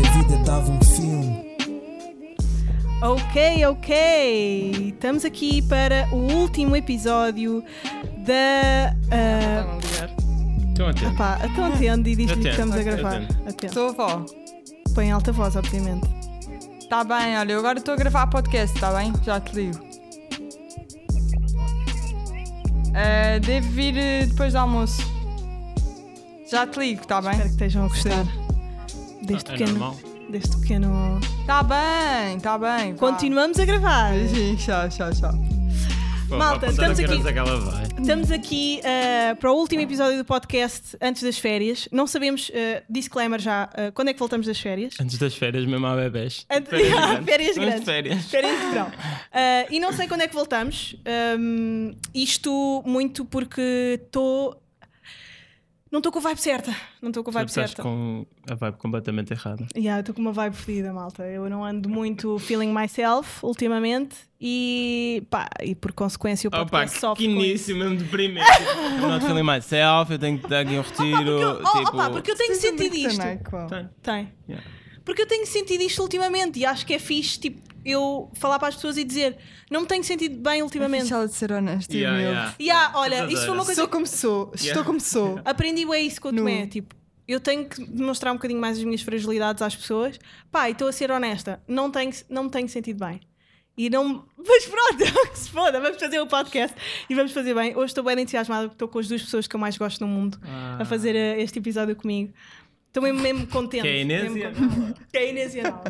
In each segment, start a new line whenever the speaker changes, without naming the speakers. imaginava um filme.
Ok, ok. Estamos aqui para o último episódio da. ah,
Estão atentos.
pá, então atende e diz-lhe que
Atende,
estamos a
atende.
gravar. Atende.
Sou avó.
Põe em alta voz, obviamente.
Tá bem, olha, eu agora estou a gravar podcast, tá bem? Já te ligo. Ah, devo vir eh, depois do almoço. Já te ligo, tá
Espero que
bem?
estejam a gostar deste
Ah, é
pequeno.
normal.
deste pequeno.
Tá bem, tá bem. vá.
Continuamos a gravar.
Beijinho, tchau, tchau, tchau.
Pô,
Malta,
vá contar
estamos
a
aqui-
Carla que ela vai.
Estamos aqui ah, para o último episódio do podcast antes das férias. Não sabemos, ah, disclaimer já, ah, quando é que voltamos das férias?
Antes das férias, mesmo há bebés.
Antes- Ah,
grandes.
Férias
Vamos de
grandes.
férias.
Férias de verão. Ah, e não sei quando é que voltamos. Ahm, isto muito porque estou. Não estou com a vibe certa. Não estou com a
Já
vibe
estás
certa.
com a vibe completamente errada.
Yeah, estou com uma vibe fodida, malta. Eu não ando muito feeling myself ultimamente e pá, e por consequência o
Opa,
podcast
que, que
sofre é com isso.
início mesmo deprimente. I'm not feeling myself, eu tenho que dar aqui um retiro.
Porque, eu- oh,
tipo,
opá, porque eu tenho sentido isto.
É
Tem.
Tem.
Yeah.
Porque eu tenho sentido isto ultimamente e acho que é fixe, tipo, eu falar para as pessoas e dizer não me tenho sentido bem ultimamente.
Deixa ela de ser honesta e
Yeah,
humilde.
yeah.
Yeah, olha, isso foi uma
Adoro.
coisa
É Sou como sou, estou como sou.
aprendi bué isso com o
No.
Tomé. Tipo, eu tenho que demonstrar um bocadinho mais as minhas fragilidades às pessoas. Pá, e estou a ser honesta, não, tenho, não me tenho sentido bem. E não. Mas pronto, que se foda, vamos fazer o podcast e vamos fazer bem. Hoje estou bem entusiasmada porque estou com as duas pessoas que eu mais gosto no mundo a
Ah.
fazer eh, este episódio comigo. Estou mesmo, mesmo contente.
Que é a Inês
mesmo
e a
contente. Que é a Inês e a Nala.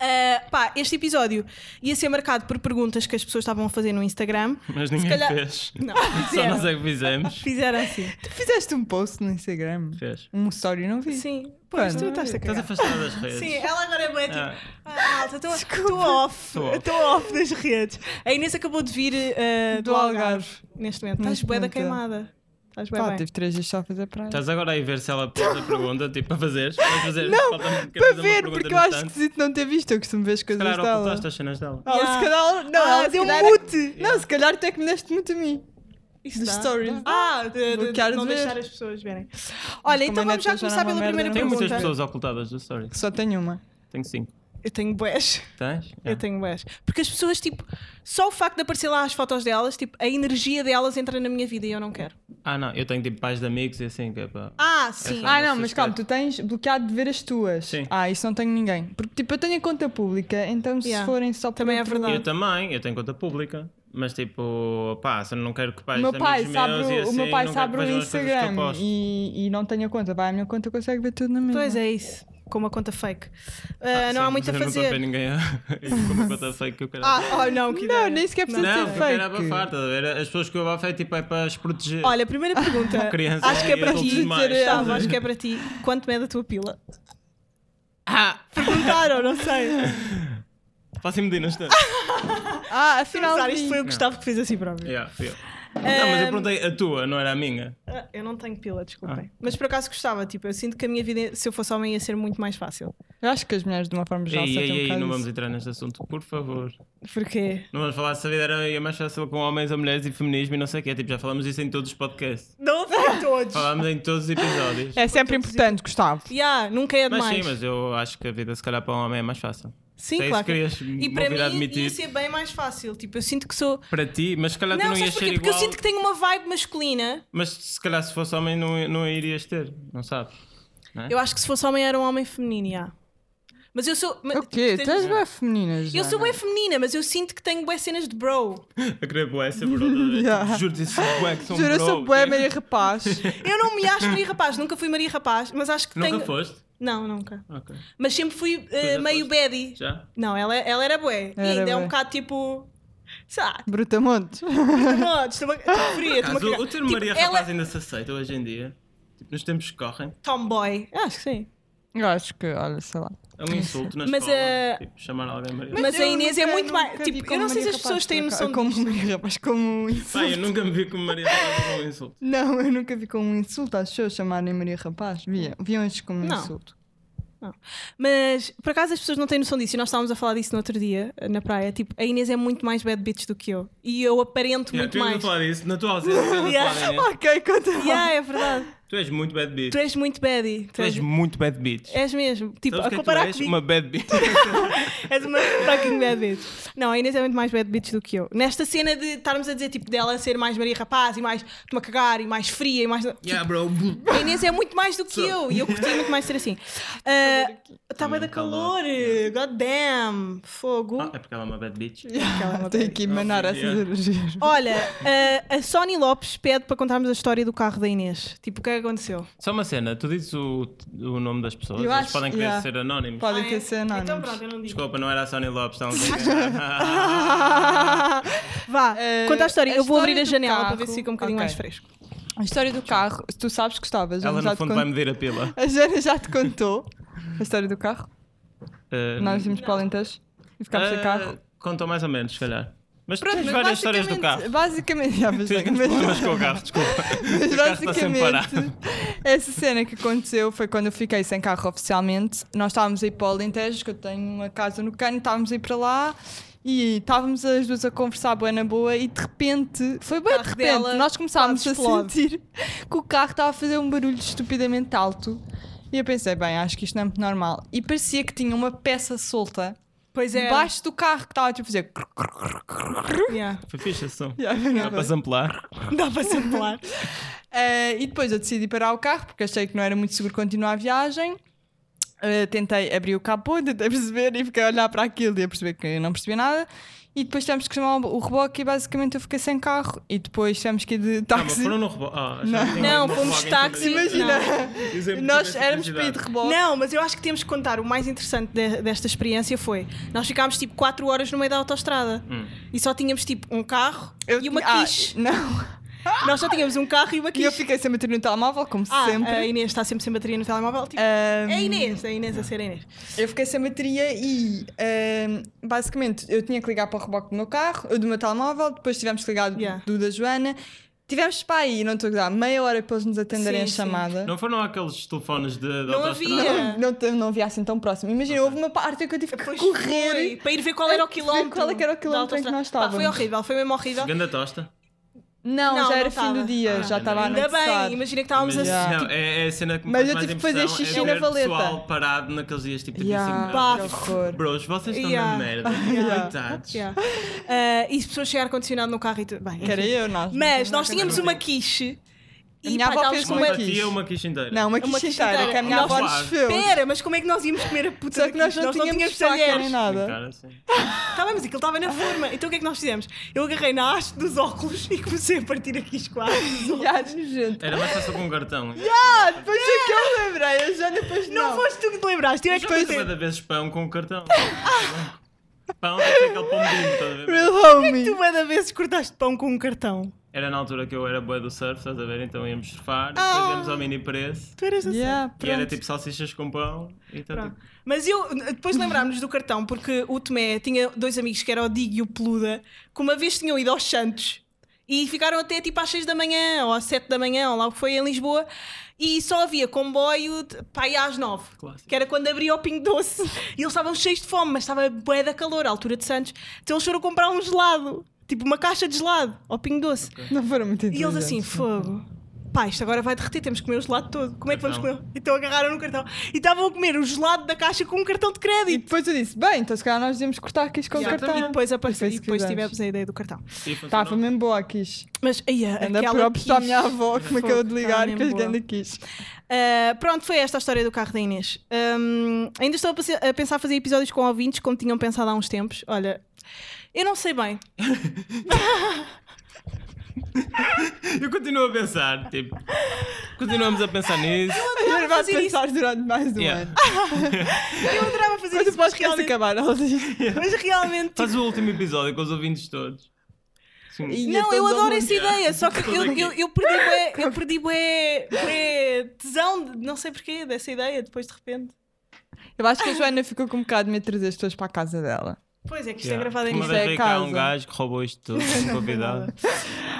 Eh, pá, este episódio ia ser marcado por perguntas que as pessoas estavam a fazer no Instagram.
Mas ninguém
calhar-
fez.
Não,
Só
fizeram.
nós é que fizemos.
Fizeram assim.
Tu fizeste um post no Instagram?
Fez.
Um story, não vi.
Sim,
Pá,
pois tu
não-
estás a
Estás
cagar.
afastada das redes.
Sim, ela agora é boa, tipo,
Ah.
ah, malta, estou off,
Tô off.
estou off das redes. A Inês acabou de vir eh,
Do Algarve.
neste momento. Estás
Neste
bué da
momento, é.
queimada. Estás bué
Pá,
bem.
tive três dias só a fazer praia.
Estás agora aí a ver se ela pôs a pergunta, tipo, para fazer. Vais fazer
Não,
falta-me- quero
para
fazer uma
ver,
pergunta
porque eu acho
bastante.
esquisito não ter visto. Eu costumo ver as coisas
Claro,
dela.
ocultaste as cenas dela.
Ah,
Yeah.
se calhar, não,
Ah,
ela
se
deu um
calhar-
mute.
Yeah.
Não, se calhar até que me deste muito a mim.
Isso
Nos
dá.
stories.
Ah, de, de,
Bloquear
de não
de ver.
deixar as pessoas verem. Olha, então vamos
também
já
Netflix já
começar
não é
pela
uma merda,
primeira
não é?
Tem muitas
pergunta.
pessoas ocultadas do story.
Só tenho uma.
Tenho cinco.
Eu tenho boés.
Tens? É.
Eu tenho boés. Porque as pessoas, tipo, só o facto de aparecer lá as fotos delas, tipo, a energia delas entra na minha vida e eu não quero.
Ah, não, eu tenho tipo pais de amigos e assim, que é pá.
Ah, sim.
Essa-
Ah,
Mas
não,
se
mas
escreve-
calma, tu tens bloqueado de ver as tuas.
Sim.
Ah, isso não tenho ninguém. Porque, tipo, eu tenho a conta pública, então se
Yeah.
forem só por
Também é
outro-
verdade.
Eu também, eu tenho conta pública. Mas tipo, pá, se eu não quero que pais
O meu
de
pai
amigos
sabe,
meus e
o,
assim,
o meu pai
não quero que
sabe o
vejam as coisas que eu
Instagram
posto.
e, e não tenho a conta. Vai, a minha conta consegue ver tudo na mesma.
Pois é isso. Com uma conta fake. Ah,
eh,
Ah,
não
sim,
há muito a
mas eu Não estou a ver
fazer.
ninguém a- como conta fake que eu quero.
Ah, oh, não, que
Não,
ideia.
nem sequer precisa
não,
ser
eu
fake.
quero abafar, estás a ver? As pessoas que eu abafei tipo, é para as proteger.
Olha, primeira pergunta.
Crianças
acho que é
e
para
adultos
ti.
demais.
Gustavo, acho que é para ti. Quanto mede a tua pila?
Ah,
Perguntaram, não sei.
façam-me de instante.
Ah,
Afinal,
afinal.
isto
vi.
foi o Gustavo que fez assim para mim.
yeah, fui eu. É. Não, mas eu perguntei Ah. a tua, não era a minha.
Ah, Eu não tenho pila, desculpem. Mas por acaso gostava, tipo, eu sinto que a minha vida, se eu fosse homem, ia ser muito mais fácil.
Eu acho que as mulheres, de uma forma
E
geral,
aí,
sentem um
aí,
bocado
não vamos
isso.
entrar neste assunto, por favor.
Porquê?
Não vamos falar se a vida era ia mais fácil com homens ou mulheres e feminismo e não sei o quê. Tipo, já falamos isso em todos os podcasts.
Não foi todos.
Falámos em todos os episódios.
É sempre importante, Gustavo.
Yeah, nunca é
Mas
demais.
sim, mas eu acho que a vida se calhar para um homem é mais fácil.
Sim,
Sei se
claro. que-
querias
E
me
para
ouvir
mim
a admitir.
ia ser bem mais fácil. Tipo, eu sinto que sou.
Para ti, mas se calhar tu
Não,
não
sabes
ias ser
porquê? Porque
igual.
eu sinto que tenho uma vibe masculina
Mas se calhar se fosse homem não, não a irias ter, não sabes? Não é?
Eu acho que se fosse homem era um homem feminino, já. Mas eu sou. mas-
É
tipo,
O quê?
tu
Tu
tens-
és bem feminina,
Eu sou
Joana.
bem feminina, mas eu sinto que tenho boas cenas de bro.
Eu queria bué ser bro, estás a ver?
Yeah.
Tipo, Juro-te, isso é bué que são
Juro, eu sou
bro.
bué, Maria Rapaz.
Eu não me acho Maria Rapaz, nunca fui Maria Rapaz, mas acho que
Nunca
tenho.
foste? é,
Não, nunca.
Ok.
Mas sempre fui eh,
já
meio
foste?
baddie.
Já?
Não, ela, ela era bué. E
Era
ainda é um
bué.
bocado tipo. Sei lá,
Brutamontes.
não, estou-me a- estou fria, estou-me a
Caso,
cagar.
Ah, o termo
Tipo,
Maria
ela-
Rapaz ainda se aceita hoje em dia. Tipo, nos tempos que correm.
Tomboy. Acho que sim.
Eu acho que, olha, sei lá.
É um insulto na
Mas,
escola.
eh,
Tipo, chamar alguém Maria
Mas a
eu
Inês é
nunca-
muito mais.
nunca vi
Tipo, eu
como
não sei se
Maria
as pessoas
Rapaz,
têm
por
noção é.
acaso.
disso.
Como Maria Rapaz, como um insulto.
Pai, eu nunca me vi como Maria Rapaz como um insulto.
Não, eu nunca vi como um insulto. Acho eu chamarem Maria Rapaz. Via. Viam estes como um
Não.
insulto.
Mas por acaso as pessoas não têm noção disso e nós estávamos a falar disso no outro dia na praia. Tipo, a Inês é muito mais bad bitch do que eu e eu aparento
Yeah,
muito
tu ainda
mais.
falar disso, na tua ausência, tu ainda
Yeah.
falar, né?
Ok, conta lá.
É. Yeah, é verdade.
Tu Tu és muito bad bitch.
Tu és muito baddie.
Tu és muito bad bitch.
és mesmo. Tipo,
Sabes
a
o que é que tu
comparar
és?
comigo,
Uma bad bitch.
és uma fucking bad bitch. Não, a Inês é muito mais bad bitch do que eu. Nesta cena de estarmos a dizer, tipo, dela ser mais Maria Rapaz e mais toma cagar e mais fria e mais.
yeah, bro.
A Inês é muito mais do que
So-
eu e eu curti muito mais ser assim. Estava da
Tá
Também calor.
calor, god damn, fogo.
Ah,
é porque ela é uma bad bitch.
Aquela é uma
Tem que emanar essas
Yeah.
energias.
Olha, ah, a Sony Lopes pede para contarmos a história do carro da Inês. Tipo, o que é que aconteceu?
Só uma cena, tu dizes o, o nome das pessoas?
Eu
Eles
acho-
podem querer
yeah.
ser anónimos.
Podem
Ah,
querer
é?
ser anónimos.
Então pronto, eu não digo.
Desculpa, não era a Sony Lopes, tá não sei.
Vá,
Eh,
conta Ah, a história.
a
eu vou abrir a
história do
janela
carro.
para ver se fica um bocadinho
Ok.
mais fresco.
A história do carro, tu sabes que estavas.
Ela no
Ana já te
fundo
cont-
vai medir a pila.
A Jana já te contou a história do carro.
Eh,
Nós vimos para o Alentejo e ficámos sem
eh,
carro.
Contou mais ou menos, se calhar. Mas tu
Pronto,
tens
mas
várias histórias do carro.
basicamente- Basicamente, já, mas,
Tu tens grandes problemas com o carro, desculpa.
mas
O tá carro está sempre parado.
basicamente, essa cena que aconteceu foi quando eu fiquei sem carro oficialmente. Nós estávamos a ir para o Alentejo, que eu tenho uma casa no cano, estávamos a ir para lá e estávamos as duas a conversar boa na boa e de repente, foi bem
carro
de
dela
repente, nós começámos a
quase explode.
sentir que o carro estava a fazer um barulho estupidamente alto. E eu pensei, bem, acho que isto não é muito normal. E parecia que tinha uma peça solta
Pois é.
debaixo do carro que estava tipo, a fazer.
Yeah.
Foi fixe esse som.
Yeah, não
Dá
foi.
para samplar.
Dá para samplar.
Eh, e depois eu decidi parar o carro porque achei que não era muito seguro continuar a viagem. Eh, tentei abrir o capô, tentei perceber e fiquei a olhar para aquilo e a perceber que não percebi nada. E depois tivemos que chamar o reboque e basicamente eu fiquei sem carro. E depois tivemos que ir de
Ah, mas
táxi.
foram no reboque. Ah, achava
Não.
que tinha
Não,
alguém no
fomos
reboque em cima
táxi.
disso.
Imagina,
Eu sempre tive
nós
essa
éramos para ir de
curiosidade.
reboque.
Não, mas eu acho que temos que contar. O mais interessante de- desta experiência foi: nós ficámos tipo 4 horas no meio da autostrada
Hum.
e só tínhamos tipo um carro
Eu
e uma
tinha- ah,
quiche.
não.
Nós só tínhamos um carro e uma
E eu
quiche.
fiquei sem bater no telemóvel, como
Ah, a
sempre.
Inês está sempre sem bateria no telemóvel. Tipo,
Ahm,
É a Inês, é a Inês a ser a Inês.
Eu fiquei sem bateria e ahm, basicamente eu tinha que ligar para o reboque do meu carro, do meu telemóvel, depois tivemos que ligar do-
Yeah.
do da Joana. Tivemos para aí, não estou a gozar, meia hora para eles nos atenderem
Sim,
a
sim.
chamada.
Não foram aqueles telefones de, de
Não
autostrada?
havia.
Não, não, te- não havia assim tão próximo. Imagina, houve uma parte em que eu tive que
Pois
correr.
foi, para ir ver qual era o
Ver
quilómetro.
qual é que era o
da
quilómetro em que
autostrada.
nós
Pá, foi
estávamos.
horrível, foi mesmo horrível.
Ganda tosta.
Não,
Não,
já
não
era fim
estava.
do dia,
Ah,
já estava a
Ainda bem, imagina que estávamos
Mas,
a.
Yeah.
não, é, é a cena que me
assim,
faz
tipo- Mas eu
mais
tive que fazer
impressão,
xixi
é
na
ver
valeta.
pessoal parado naqueles dias tipo
assim,
de
Yeah.
25 graus.
Bah,
Tipo,
que horror.
Bros, vocês estão
Yeah.
na merda.
Yeah.
Coitados.
Yeah. Ah, e as pessoas chegaram condicionado no carro e tudo. Bem,
Que era
enfim.
eu, nós.
Mas nós tínhamos
não
uma
tem.
quiche
A minha avó
estávamos
fez
com
uma
Uma
quiche.
tia ou uma quiche inteira?
é Não, uma
Uma
quiche
quiche
inteira,
inteira.
que a minha
Nós
avó
lá-
nos fez.
Pera, mas como é que nós íamos comer a puta
Só
da
que nós
quiche?
não tínhamos faca nem
talheres.
nada.
Cara, assim.
Tá bem, mas aquilo estava na forma. Então o que é que nós fizemos? Eu agarrei na haste dos óculos e comecei a partir a quiche com a haste dos óculos.
Já, gente.
Era mais fácil com um cartão.
Ah, depois é que eu lembrei, a Joana depois
Não, foste tu que te lembraste, eu é
Eu
que
já
fui
fiz
ter.
cada vez pão com um cartão. pão tem que ser aquele pão bimbo, estás a ver?
Real homie.
Tu bada vezes cortaste pão com um cartão.
Era na altura que eu era boa do surf, estás a ver? Então íamos surfar,
Ah.
depois íamos ao mini preço.
Tu eras assim.
Yeah,
E era
pronto.
tipo salsichas com pão. e então,
Pronto.
tipo,
Mas eu depois lembrámos do cartão porque o Tomé tinha dois amigos que era o Digo e o Peluda, que uma vez tinham ido aos Santos e ficaram até tipo às 6 da manhã ou às 7 da manhã, ou lá o que foi em Lisboa, e só havia comboio de, pá, aí às 9,
Clássico.
que era quando abria o Pingo Doce. E eles estavam cheios de fome, mas estava bué da calor, à altura de Santos. Então eles foram comprar um gelado, tipo uma caixa de gelado ao Pingo Doce.
Não foram muito
E eles
inteligentes.
assim, fogo. Pá, isto agora vai derreter, temos que comer o gelado todo. Como é que vamos
Cartão.
comer? Então agarraram no cartão. E estavam a comer o gelado da caixa com um cartão de
E
crédito.
depois eu disse, bem, então se calhar nós devíamos cortar aqui com o
Exatamente.
E
cartão.
depois
E foi
apareceu
isso
e
que
depois
fizemos.
tivemos a ideia do cartão.
tipo, e funcionou.
Estava mesmo boa a quiche.
Mas aí
Anda
aquela
próprio para a minha
quiche.
avó é que me
Fogo,
acabou de
estava
ligar
mesmo
que as
boa.
ganda quiche.
Ah, pronto, foi esta a história do carro da Inês. Hum, ainda estou a pense- a pensar fazer episódios com ouvintes, como tinham pensado há uns tempos. Olha, eu não sei bem.
Eu continuo a pensar, tipo. Continuamos a pensar nisso.
Ela vai
fazer isso.
pensar durante mais de um
Yeah.
ano.
Eu adorava fazer
Quando
isso,
o
mas
podcast
realmente,
acabar, ela diz.
mas realmente
Faz o último episódio com os ouvintes todos. Sim.
E-
Não,
todos
eu
ao
adoro
mundo.
essa
Yeah.
ideia, só que
Todos
eu,
aqui.
eu, eu perdi bué, eu perdi bué, bué tesão, de- não sei porquê, dessa ideia, depois de repente.
Eu acho que a Joana ficou com um bocado de medo de trazer as pessoas para a casa dela.
Pois é, que isto é
Yeah.
gravado em
Uma
Isto
Lisboa.
vez
é
veio cá
casa.
um gajo que roubou isto tudo, um convidado.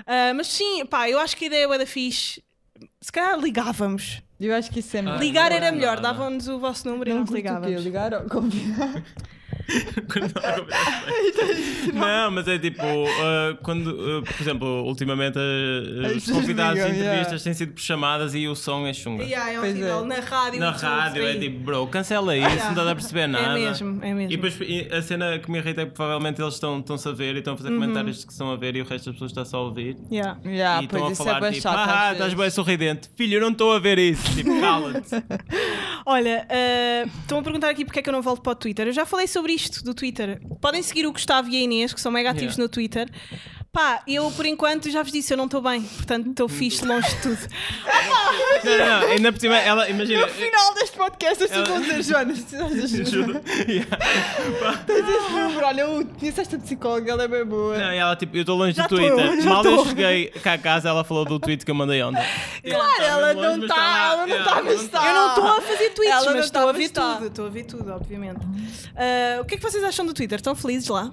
Ah, mas sim, pá, eu acho que a ideia é bué da fixe. Se calhar ligávamos.
Eu acho que isso é melhor.
Ai,
Ah. Ligar
Ah, não
era
era
melhor,
nada.
davam-nos o vosso número e
não
nós
curto o quê?
ligávamos.
Ligar ou convidar?
Quando ela conversa. não, mas é tipo, ah, quando, ah, por exemplo, ultimamente ah,
As
os
pessoas
convidados
ligam,
em entrevistas
yeah.
têm sido por chamadas e o som é chunga.
Yeah, é
Pois
horrível.
é.
Na rádio.
Na
e tudo,
rádio é
sim.
tipo, bro, cancela isso, não estás a perceber nada.
É mesmo, é mesmo.
E depois e a cena que me irrita é que provavelmente eles estão- estão-se a ver e estão a
Uhum.
fazer comentários que estão a ver e o resto das pessoas está só a ouvir.
Yeah.
Yeah,
e
pois
estão a
isso
falar
é bem
tipo,
chato às
ah,
vezes.
estás bem sorridente. Filho, eu não estou a ver isso. Tipo, cala-te.
Olha, eh, estão a perguntar aqui porque é que eu não volto para o Twitter. Eu já falei sobre isto do Twitter. Podem seguir o Gustavo e a Inês, que são mega ativos
Yeah.
no Twitter. Pá, eu por enquanto já vos disse, eu não estou bem, portanto estou fixe longe de tudo.
não, não, não, ainda por cima, ela, imagina.
No final deste podcast, as pessoas
Ela-
vão dizer, Joana, precisas de
eu-
ajuda.
juro. Yeah.
Lembro, olha, eu conheço esta psicóloga, ela é bem boa.
Não, e ela tipo, eu estou longe
Já
do
tô,
Twitter.
já
Mal
tô.
eu cheguei cá a casa, ela falou do tweet que eu mandei ontem.
Claro, ela
mesmo longe,
não
mas
tá,
lá.
ela não
Yeah,
tá,
ela
mas
não
tá.
Eu não estou a fazer tweets,
Ela não
mas estou
tá,
a
mas
ver
tá.
tudo. Estou a ver tudo, obviamente. Eh, o que é que vocês acham do Twitter? Estão felizes lá?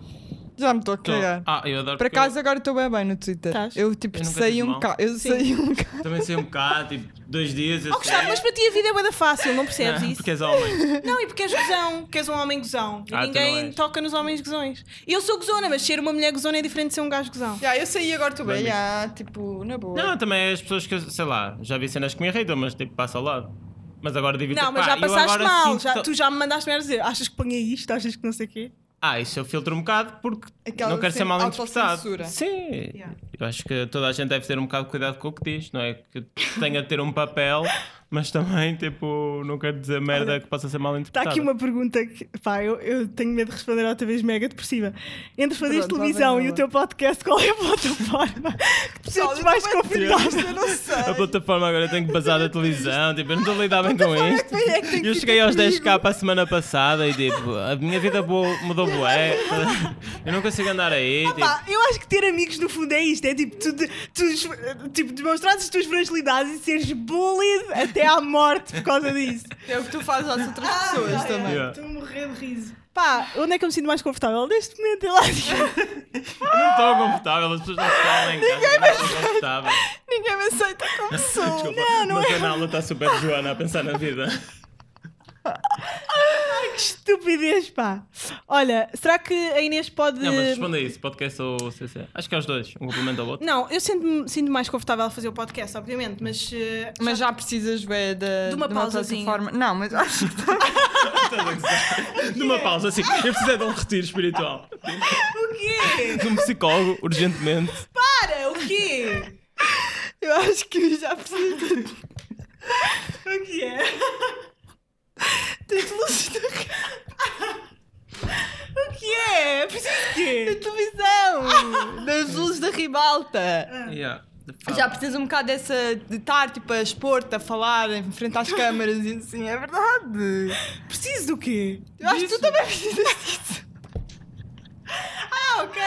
Já me estou a cagar.
Ah, eu adoro
Por
porque eu-
acaso agora estou bem bem no Twitter.
Tás?
Eu tipo
Eu nunca
saí
tive
um
mal.
bocado. Eu saí um bocado.
Também sei um bocado, tipo, dois dias. Eu
Oh, Gustavo, mas para ti a vida é bué da fácil, não percebes
Não,
isso?
Porque és homem.
Não, e porque és gozão, porque és um homem gozão. E
Ah, tu não
ninguém
és.
toca nos homens gozões. Eu sou gozona, mas ser uma mulher gozona é diferente de ser um gajo gozão.
Já, eu saí agora estou bem,
Bem,
já, tipo, na boa.
Não, também as pessoas que, eu- sei lá, já vi cenas que me irritam, mas tipo, passa ao lado. Mas agora devia ter
Não, mas
Então,
já
pá, eu
passaste
agora
mal.
sinto
Já,
to-
tu já me mandaste merda dizer achas que ponha isto, achas que não sei o quê.
Ah, isso eu filtro um bocado porque
Aquela
não quero ser
cena-
mal interpretado.
autocensura.
Sim. Eu acho que toda a gente deve ter um bocado de cuidado com o que diz, não é? Que tenha de ter um papel, mas também, tipo, não quero dizer merda que possa ser mal
Está
interpretada.
tá aqui uma pergunta que, pá, eu, eu tenho medo de responder outra vez mega depressiva. Entre fazer
Pronto,
televisão
vai, vai,
e o
vai.
teu podcast, qual é a plataforma que te
Pessoal,
sentes
eu
mais
também tenho isto,
confortável?
Eu não
A
sei.
plataforma agora tem que basar da televisão, tipo, eu não estou a lidar bem com isto.
é que tem que
Eu
ficar
cheguei aos
comigo.
10k para a semana passada e tipo, a minha vida bo- mudou bué. Eu não consigo andar aí. tipo,
Pá, eu acho que ter amigos no fundo é isto, é tipo, tu, de- tu es- tipo demonstrares as tuas fragilidades e seres bullied até à morte por causa disso.
É o que tu fazes às outras pessoas também.
ai. Yeah.
Estou a morrer de riso. Pá, onde é que eu me sinto mais confortável? Neste momento, eu acho.
eu não estou confortável, as pessoas não estão lá em casa. eu Não estou confortável.
Ninguém me aceita como sou.
Desculpa, mas
é.
a Ana está super Joana a pensar na vida.
Que estupidez, pá. Olha, será que a Inês pode.
Não, mas responda isso, podcast ou CC. Acho que é os dois, um complemento ao outro.
Não, eu sinto-me sinto mais confortável a fazer o podcast, obviamente, mas. eh,
Mas já precisas ver da,
De uma pausazinha.
plataforma. Não, mas acho que
Numa pausa, assim, eu preciso é de um retiro espiritual.
O quê?
De um psicólogo, urgentemente.
Para, o quê?
eu acho que já precisas
O que é?
de televisão.
O que é? Preciso de
de
quê?
televisão, das luzes da ribalta.
Yeah. the fuck.
Ah. Já precisas um bocado dessa de estar tipo a expor-te, a falar em frente às câmaras e assim, é verdade.
Preciso do quê?
Eu acho que tu também precisas disso.
Ah, ok.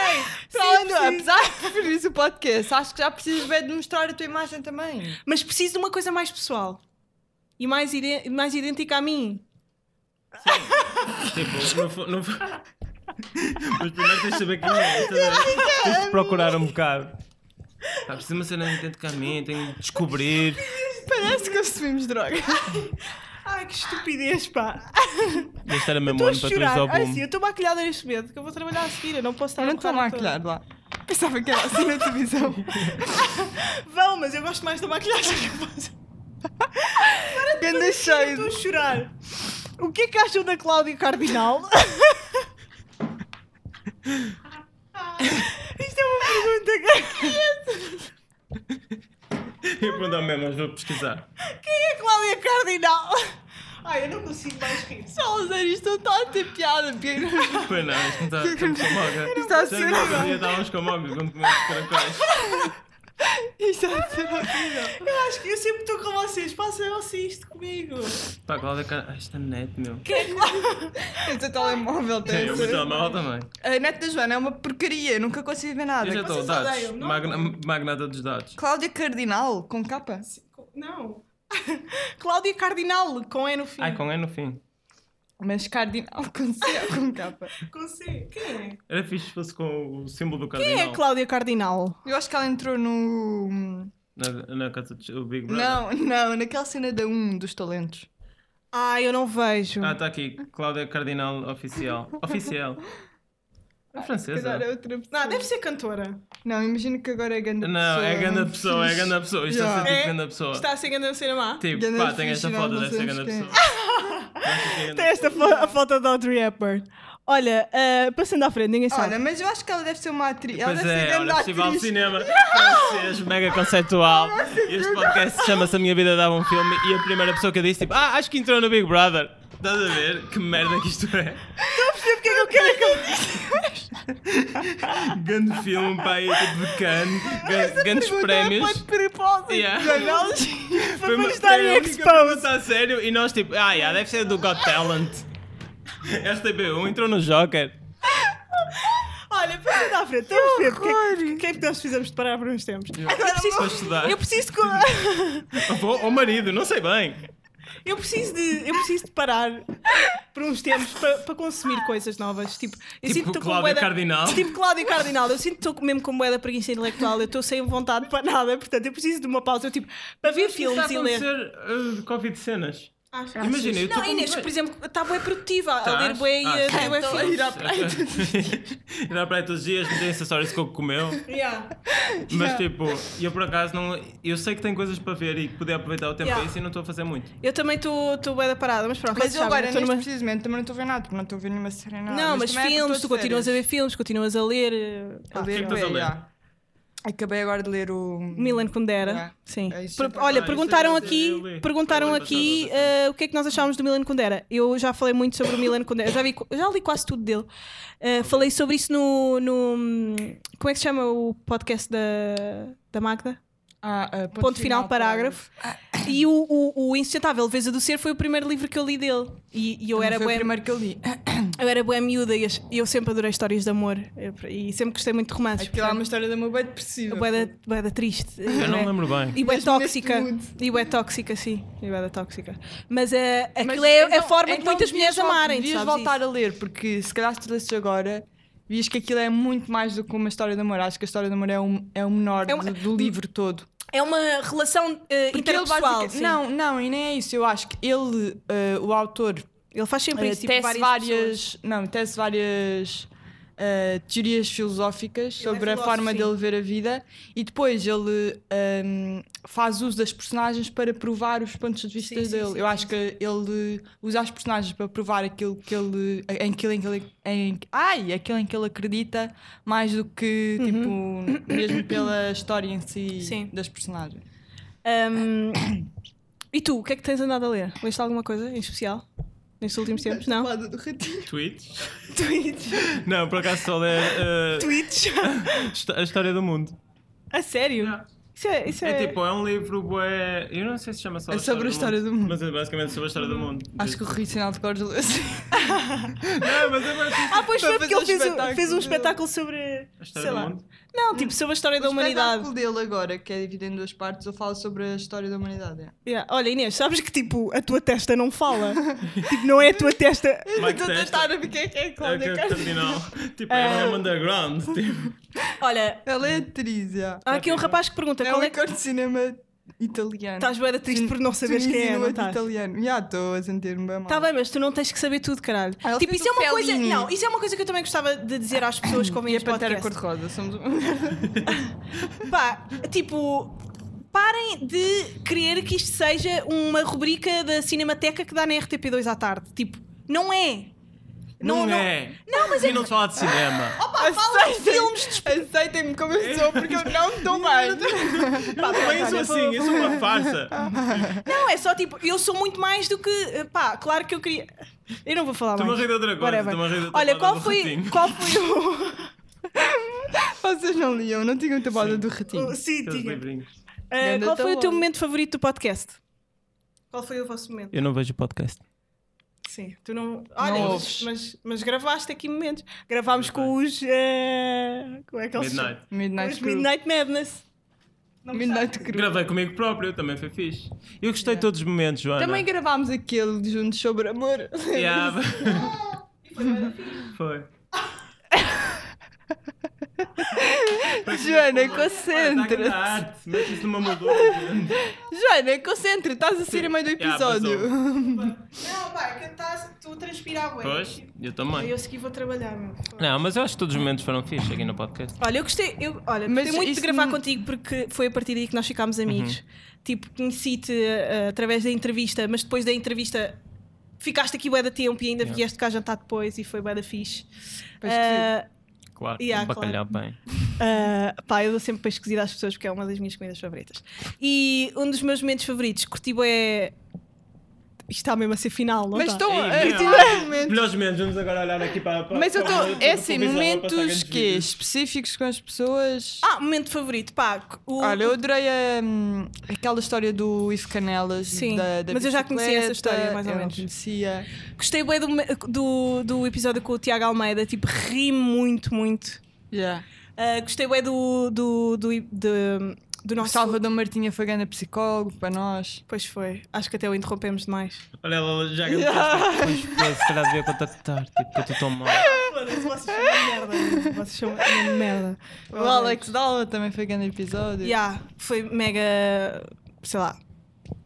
Pronto,
preciso.
apesar de preferir o podcast, acho que já precisas bem de mostrar a tua imagem também.
Mas preciso de uma coisa mais pessoal. E mais, ide- mais idêntica a mim.
Tipo, não foi. Não foi... Mas primeiro tens de saber quem é. estás a ver? Tens de procurar um bocado. Pá, preciso de uma cena dentro de caminho, tenho de descobrir.
Parece que assumimos droga.
Ai, que estupidez, pá.
Este era mesmo
Estou a
ano para trazer
chorar.
ao
Ai, sim, eu
boom.
estou maquilhada neste momento, que eu vou trabalhar a seguir. Eu não posso estar
Eu não
a
estou a
borrar toda.
maquilhar lá. Pensava que era assim na televisão.
Vão, mas eu gosto mais da maquilhagem que eu faço.
Ganda
assim, Eu
cheio.
Estou a chorar. O que é que acham da Cláudia Cardinal? Isto é uma pergunta. Quem é,
Eu ia perguntar mesmo, mas vou pesquisar.
quem é Cláudia Cardinal? Ai, eu não consigo mais rir.
Só usar isto não está a ter piada, porque
Pois não, isto não está estamos com moga. Isto é
está a ser horrível.
Estávamos com moga quando comemos caracóis.
isto está a ser horrível.
Eu acho que eu sempre estou com vocês. Passem vocês isto comigo.
Pá, qual é que. Ai, está net, meu.
Quem é Cláudia?
O teu telemóvel tem.
Sim, o meu telemóvel também.
A net da Joana é uma porcaria, eu nunca consigo ver nada.
Eu já estou,
Vocês
dados.
odeiam, não?
Magna, magnata dos dados.
Cláudia Cardinal, com capa.
Não. Cláudia Cardinal, com E no fim.
Ai, com é no fim.
Mas Cardinal com C ou com capa?
Com C. Quem é?
Era fixe se fosse com o símbolo do
Quem é
cardinal.
Cláudia Cardinal?
Eu acho que ela entrou no. hum,
na, na casa do Big Brother.
Não, não, naquela cena da 1 dos um talentos.
Ah, eu não vejo.
Ah, está aqui. Cláudia Cardinal Oficial. Oficial. É francesa.
Agora é outra pessoa.
Não, Ah, deve ser cantora.
Não, imagino que agora é ganda
Não,
pessoa.
é grande pessoa, é grande pessoa. Isto está a ser
Yeah.
tipo grande pessoa.
Está a ser grande cena má.
Tipo,
Ganda
pá, tem esta
fixe,
foto
nós não
desta grande
sabemos
pessoa.
Tem esta fo- a foto da Audrey Hepburn. Olha, ah, passando à frente, ninguém sabe.
Olha, mas eu acho que ela deve ser uma atriz. Ela
Pois
deve ser
é,
grande
olha, Festival de
atriz.
Cinema francês, mega conceitual. Este podcast chama-se A Minha Vida Dava um Filme e a primeira pessoa que eu disse, tipo, ah, acho que entrou no Big Brother. Estás a ver? Que merda que isto é.
porque é que eu quero que eu...
Grande filme, pai, tipo de Cannes, gran- grandes
Pergunta
é
prémios.
Foi de propósito.
Yeah.
Jornal de-
Foi
nos darem
foi a única
expose.
pergunta a sério e nós, tipo, ah, yeah, deve ser do Got Talent. RTP1 entrou no Joker.
Olha, passando à frente, estamos a ver porque é que- porque é que nós fizemos de parar por uns tempos. Eu
Para
preciso,
estudar.
eu preciso co-
Ou ou marido, não sei bem.
Eu preciso de, eu preciso de parar por uns tempos para, para consumir coisas novas. Tipo, eu
Tipo
sinto que estou com
Cláudio
moeda,
Cardinal.
Tipo Cláudio Cardinal. Eu sinto que estou mesmo com moeda preguiça intelectual. Eu estou sem vontade para nada. Portanto, eu preciso de uma pausa. Eu, tipo, para ver filmes e ler.
acontecer Uh, Covid de cenas.
Acho-
Imagina, eu estou
Não, a
com
Inês,
bem-
por exemplo, está bem produtiva a
Tá,
ler bué e
acho-
a ver bué
acho-
filmes.
Ir à praia todos os dias, meter acessórios com o que comeu.
Yeah.
Mas tipo, eu por acaso não. Eu sei que tem coisas para ver e que poder aproveitar o tempo
Yeah.
para isso e não estou a fazer muito.
Eu também estou estou bué da parada, mas pronto.
Mas
vocês
eu
sabem,
agora,
eu estou
neste
numa-
preciso momento, também não estou a ver nada, porque não estou a ver nenhuma série nada.
Não, mas,
também é porque
filmes, tu
estou de
continuas a ver
férias. Ah.
filmes, continuas a ler. eh, pá.
A ler,
O que é que estás a ler?
já. Acabei agora de ler o...
Milan Kundera,
Yeah.
sim.
É isso.
Per-
Ah,
olha,
isso
perguntaram
eu li, eu
aqui,
li.
perguntaram
Eu li
aqui
bastante,
eh, o que é que nós achámos do Milan Kundera. Eu já falei muito sobre o Milan Kundera, eu já, vi, co- já li quase tudo dele. Eh, falei sobre isso no, no- como é que se chama o podcast da, da Magda?
Ah, ah,
Ponto, final, parágrafo. E o, o, o Insustentável Leveza do Ser foi o primeiro livro que eu li dele. E, e eu era
Foi o
boa
primeiro que eu li.
eu era boa miúda e as- e eu sempre adorei histórias de amor Eu- e sempre gostei muito de romances.
Aquilo é uma história da meu bem depressiva.
Boeda, boeda triste.
Eu não
É.
lembro bem.
E bué
Mesmo nesse
tóxica.
mood.
E bué tóxica, sim. E bué da tóxica. Mas eh, aquilo
Mas,
é a
então,
forma que
então
muitas
devias
mulheres
vol-
amarem, tu
Devias
sabes
voltar
isso?
a ler, porque se calhar se tu lesses agora, vias que aquilo é muito mais do que uma história de amor. Acho que a história de amor é o, é o menor
É uma-
de- do livro todo.
É uma relação eh,
Porque ele
interpessoal.
basicamente-
sim.
Não, não, e nem é isso. Eu acho que ele, eh, o autor,
Ele faz sempre
eh,
isso, tipo,
tece
várias,
várias, não, tece várias eh, teorias filosóficas
Ele é
sobre a
filósofo,
forma
sim.
dele ver a vida e depois ele ehm, faz uso das personagens para provar os pontos de vista
Sim, sim,
dele.
sim,
Eu
sim,
acho que ele usa as personagens para provar aquilo que ele, em aquilo em que ele, em, ai, aquilo em que ele acredita mais do que tipo mesmo pela história em si
Uhum. Sim.
das personagens.
Ahm, e tu, o que é que tens andado a ler? Leste alguma coisa em especial? Nestes últimos tempos? Não?
do ratinho.
Tweets?
Tweets.
Não, por acaso só ler eh,
Tweets?
histó- a história do mundo.
a sério? Isso é, isso
É,
é...
tipo, é um livro bué. Eu não sei se chama só
É sobre a história do mundo.
Mas é basicamente sobre a história do mundo. Tipo,
Acho que o Rui Sinal de Cordes leu assim.
Não, mas é mais
Ah, pois
Para
foi porque
fazer
ele fez, o-
espetáculo
fez um
dele.
espetáculo sobre...
a
Sei
história do
lá.
mundo.
Não, tipo, sobre a história da
O
humanidade.
Um espetáculo dele agora, que é dividido em duas partes, eu falo sobre a história da humanidade. é.
Yeah. Olha, Inês, sabes que tipo, a tua testa não fala? tipo, não é a tua testa.
Eu
Mike
estou a
Testa.
tentar ver quem é que é a
É que
Cláudia
é
Cardinal.
cardinal. Tipo, é um underground. Tipo.
Olha,
Ela é atriz, já.
há aqui um rapaz que pergunta
É
qual
um
é que.
ícone de cinema italiano.
Estás bem triste por não saberes quem é, não
Tunisino
estás?
italiano. Já estou a sentir-me bem mal.
Tá bem, mas tu não tens que saber tudo, caralho.
Ah, ele
tipo,
fez
isso é
o
uma coisa.
Fellini.
Não, isso é uma coisa que eu também gostava de dizer às pessoas que ouvem
E a
este
Pantera
podcast.
Cor-de-Rosa, somos um- uma...
Pá, tipo. Parem de querer que isto seja uma rubrica da Cinemateca que dá na RTP2 à tarde. Tipo, não é.
Não, é.
Não, mas é.
E não se fala de cinema.
Pá, Ah, fala um de filmes de
Aceitem-me como eu sou, porque eu não estou bem.
Pá, também eu sou assim, eu sou uma farsa.
Não, é só tipo, eu sou muito mais do que. eh, Pá, claro que eu queria. Eu não vou falar
Estou-me a
mais.
rir de outra coisa,
Whatever.
estou-me a rir de outra
Olha,
coisa
qual
do
foi,
ratinho.
qual foi o.
Vocês não liam, não tinham tabuada do ratinho.
o sim,
Aqueles
tinha.
livrinhos.
Eh,
Ganda
qual foi o teu
tabuada.
momento favorito do podcast? Qual foi o vosso momento?
Eu não vejo podcast.
Sim, tu não. Olha, mas,
ouves.
mas, mas gravaste aqui momentos. Gravámos com os. eh, Como é que eles
Midnight.
chamam?
Midnight
Os
Crew.
Midnight Madness. Não
Midnight Crew.
Gravei comigo próprio, também foi fixe. Eu gostei de todos os momentos, Joana.
Também gravámos aquele juntos sobre amor.
Yeah. foi.
Joana, é
é, Olha, tá dá
concentra-te.
aquela arte, Mete isso numa moldura. gente.
Joana, concentra-te. Estás a sair a meio do
Já, passou.
episódio.
Não, pai, que estás. Tu transpira água.
Pois, eu
Eu
também.
a seguir vou trabalhar, meu.
Não, mas eu acho que todos os momentos foram fixos aqui no podcast.
Olha, eu gostei, eu, olha,
Mas
gostei muito de
isso
gravar
não-
contigo porque foi a partir daí que nós ficámos
Uhum.
amigos. Tipo, conheci-te eh, através da entrevista, mas depois da entrevista ficaste aqui bué da tempo e ainda
Yeah.
vieste cá jantar depois e foi bué da fixe.
Pois
Eh,
Claro,
Yeah,
um bacalhau bem.
Uh, pá, eu dou sempre peixe cozido às pessoas porque é uma das minhas comidas favoritas. E um dos meus momentos favoritos, curti é. Isto está mesmo a ser final, não
Mas é, tipo,
está?
estão
Ei,
a
meu.
tirar momentos.
Melhores momentos, vamos agora olhar aqui para. para
um Mas eu
para-
estou.
para-
É assim,
para- para- para- para- para- para-
momentos
para-
que específicos com as pessoas.
Ah, momento favorito, pá. O...
Olha, eu adorei hum, aquela história do Ivo Canelas.
Sim,
da, da
mas eu já conhecia essa
bicicleta.
história, mais ou
Eu não
menos.
conhecia.
Gostei bem do, do, do episódio com o Tiago Almeida, tipo, ri muito, muito.
Yeah.
Uh, gostei bem do, do, do, de- do
O
nosso.
Salvador Martinha foi grande psicólogo para nós.
Pois foi, acho que até o interrompemos demais.
Olha, ela já ganhou. Pois foi, se calhar devia contactar-te, porque eu estou tão mal.
Foda-se, vocês são uma merda. Vocês são uma merda.
O Alex Dalva também foi grande episódio.
Yeah, foi mega, sei lá,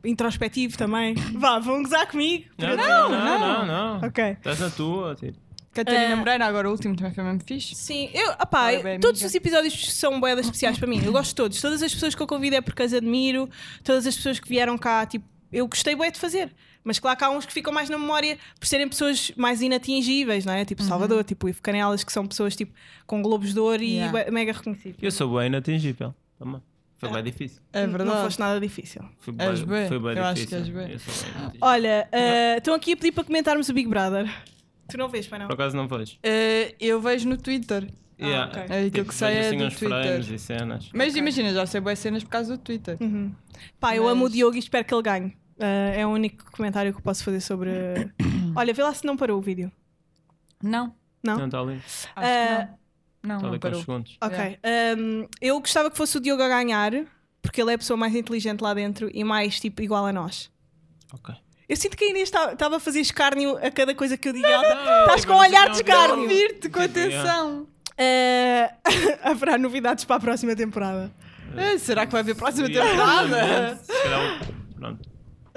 introspectivo também. Vá, vão gozar comigo.
Não, não,
Não,
não,
não.
não.
Ok.
Estás na tua, tipo.
Catarina
Eh,
Moreira, agora o último, também foi mesmo fixe.
Sim, eu, opá,
Ora bem,
todos
amiga.
os episódios são boedas especiais para mim. Eu gosto de todos. Todas as pessoas que eu convido é porque as admiro. Todas as pessoas que vieram cá, tipo, eu gostei bué de fazer. Mas claro que há uns que ficam mais na memória por serem pessoas mais inatingíveis, não é? Tipo
Uhum.
Salvador, tipo Ivo Canelas, que são pessoas tipo com globos de ouro
Yeah.
e bué- mega reconhecidas.
Eu sou bem inatingível. Também. Foi bem difícil.
É
Não
verdade.
foste nada difícil.
Foi
És
bué-
bué.
Foi bem
Eu acho
difícil.
que és bué.
Eu sou bué inatingível.
Olha, eh, estão aqui a pedir para comentarmos o Big Brother. Tu não vês, pai não?
Por acaso não vejo.
Eh, eu vejo no Twitter.
Ah,
Yeah.
ok. É
aquilo que sai
vejo,
é
assim,
do
uns
Twitter.
frames e cenas.
Mas imagina, já sei boas cenas por causa do Twitter.
Uhum. Pá, eu amo o
Mas-
Diogo e espero que ele ganhe. Ah, é o único comentário que eu posso fazer sobre. Olha, vê lá se não parou o vídeo.
Não.
Não?
Não, está ali.
Acho
Eh,
que não. Não,
Está
não
ali com os
parou.
segundos.
Ok.
Yeah.
Um, eu gostava que fosse o Diogo a ganhar, porque ele é a pessoa mais inteligente lá dentro e mais tipo igual a nós.
Ok.
Eu sinto que a Inês estava a fazer escárnio a cada coisa que eu diga.
Tá
Estás com um olhar de
Quero
escárnio.
ouvir-te
Tipo,
com atenção.
Ah, haverá novidades para a próxima temporada.
Eh, será que vai haver próxima
é
né?
temporada?
Se calhar, um- pronto.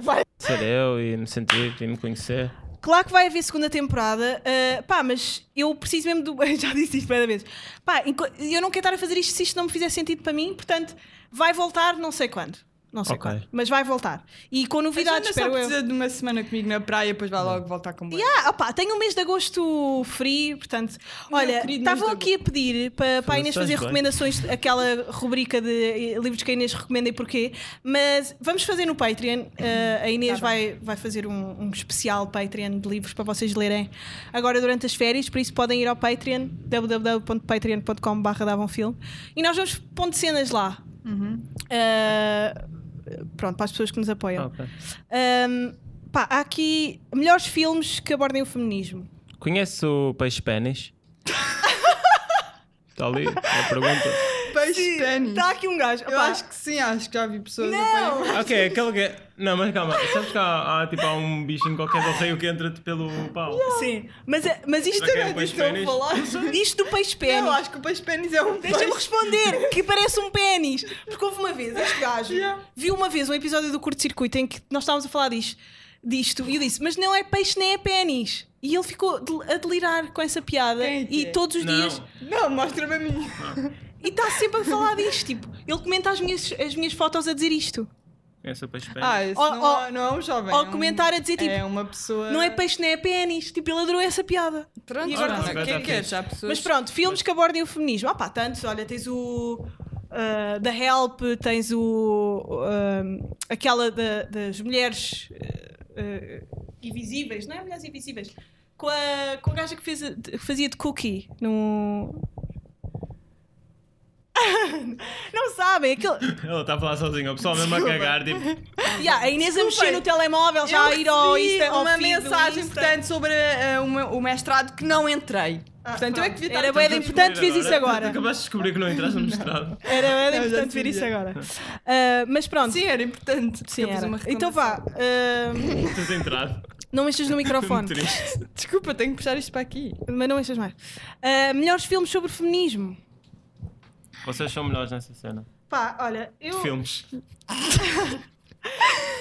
Vai.
Ser eu e me sentir e me conhecer.
Claro que vai haver segunda temporada, ah, pá, mas eu preciso mesmo do. Eu já disse isto várias vezes. Pá, enco- eu não quero estar a fazer isto se isto não me fizer sentido para mim, portanto, vai voltar, não sei quando. Não sei
Ok.
quando, mas vai voltar. E com novidades,
A Joana só
espero eu.
precisa de uma semana comigo na praia, depois vai logo voltar com boas.
Yeah, opá, Ah, tenho o mês de agosto free, portanto. Olha,
querido mês
estavam
de
aqui a pedir para, para a Inês
Estás
fazer
bem.
recomendações, aquela rubrica de eh, livros que a Inês recomenda e porquê, mas vamos fazer no Patreon. eh, a Inês vai, vai fazer um, um especial Patreon de livros para vocês lerem agora durante as férias, por isso podem ir ao Patreon, www.patreon.com.br davam-filme, e nós vamos pondo cenas lá. Eh, pronto, para as pessoas que nos apoiam.
Ok.
Ahm, pá, há aqui melhores filmes que abordem o feminismo.
Conhece o peixe pênis? Está ali a pergunta.
Peixe pênis.
Está aqui um gajo.
Eu
Pá,
acho que sim, acho que já vi pessoas a
Não!
Ok, aquele que. Não, mas calma, sabes que há, há, tipo, há um bichinho qualquer do reio que entra-te pelo pau?
Sim, mas, eh, mas isto,
Será que é um peixe
isto,
pênis?
isto do peixe pênis.
Eu acho que o peixe pênis é um peixe.
Deixa-me responder, que parece um pênis. Porque houve uma vez, este gajo
Yeah.
viu uma vez um episódio do curto-circuito em que nós estávamos a falar disto, disto e eu disse: Mas não é peixe nem é pênis. E ele ficou del- a delirar com essa piada
Quem é que
e
é?
todos os
Não.
dias.
Não, mostra-me a mim.
E está sempre a falar disto. Tipo, ele comenta as minhas, as minhas fotos a dizer isto.
Conhece o peixe pênis?
Ah, esse
Ou-
não,
ou-
é, não é um jovem.
Ou
é um-
comentar a dizer tipo.
É uma pessoa.
Não é peixe, nem é pênis. Tipo, ele adorou essa piada.
Pronto,
E
agora
Joana,
tá-
quem
tá
quer?
fixe.
Já há pessoas.
Mas pronto, filmes que abordem o feminismo. Ah pá, tantos. Olha, tens o... ah, da Help, tens o... ah, aquela da- das mulheres... ah, ah, invisíveis. Não é mulheres invisíveis. Com a, com a gaja que, fez, a- que fazia de cookie no... Não sabem, aquele.
Ela está tá a falar sozinha, o pessoal mesmo a cagar, tipo.
Yeah, a Inês a mexer
Desculpem.
no telemóvel, já a ir
Eu
ao
recebi
Insta, ao
uma
feed do Insta.
mensagem importante sobre eh, o meu- o mestrado que não entrei. Portanto, eu é que devia
Era
estar
bué
a
de- Portanto, fiz isso agora.
Acabaste de descobrir que não entraste no mestrado.
Era, era
Eu já
importante ver
sabia.
isso agora. Ah, mas pronto.
Sim, era importante.
Sim,
Eu fiz
era.
uma
Então vá, ah,
Tens entrado.
não mexas
É
no microfone,
Muito triste.
Desculpa, tenho que puxar isto para aqui.
mas não mexas mais. Ah, melhores filmes sobre feminismo.
Vocês são melhores nessa cena.
Pá, olha, eu.
De filmes.